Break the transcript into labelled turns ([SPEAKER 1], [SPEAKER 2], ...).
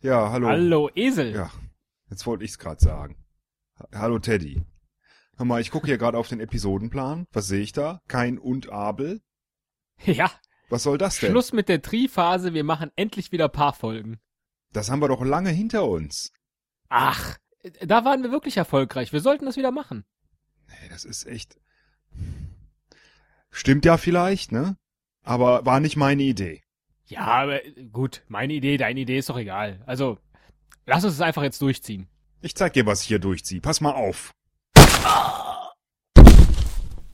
[SPEAKER 1] Ja, hallo.
[SPEAKER 2] Hallo Esel.
[SPEAKER 1] Ja, jetzt wollte ich's gerade sagen. Ha- Hallo Teddy. Hör mal, ich gucke hier gerade auf den Episodenplan. Was sehe ich da? Kein und Abel?
[SPEAKER 2] Ja,
[SPEAKER 1] Was soll das denn?
[SPEAKER 2] Schluss mit der Tri-Phase, wir machen endlich wieder Paarfolgen.
[SPEAKER 1] Das haben wir doch lange hinter uns.
[SPEAKER 2] Ach, da waren wir wirklich erfolgreich. Wir sollten das wieder machen.
[SPEAKER 1] Nee, das ist echt. Stimmt ja vielleicht, ne? Aber war nicht meine Idee.
[SPEAKER 2] Ja, aber äh, gut, meine Idee, deine Idee ist doch egal. Also, lass uns es einfach jetzt durchziehen.
[SPEAKER 1] Ich zeig dir, was ich hier durchziehe. Pass mal auf.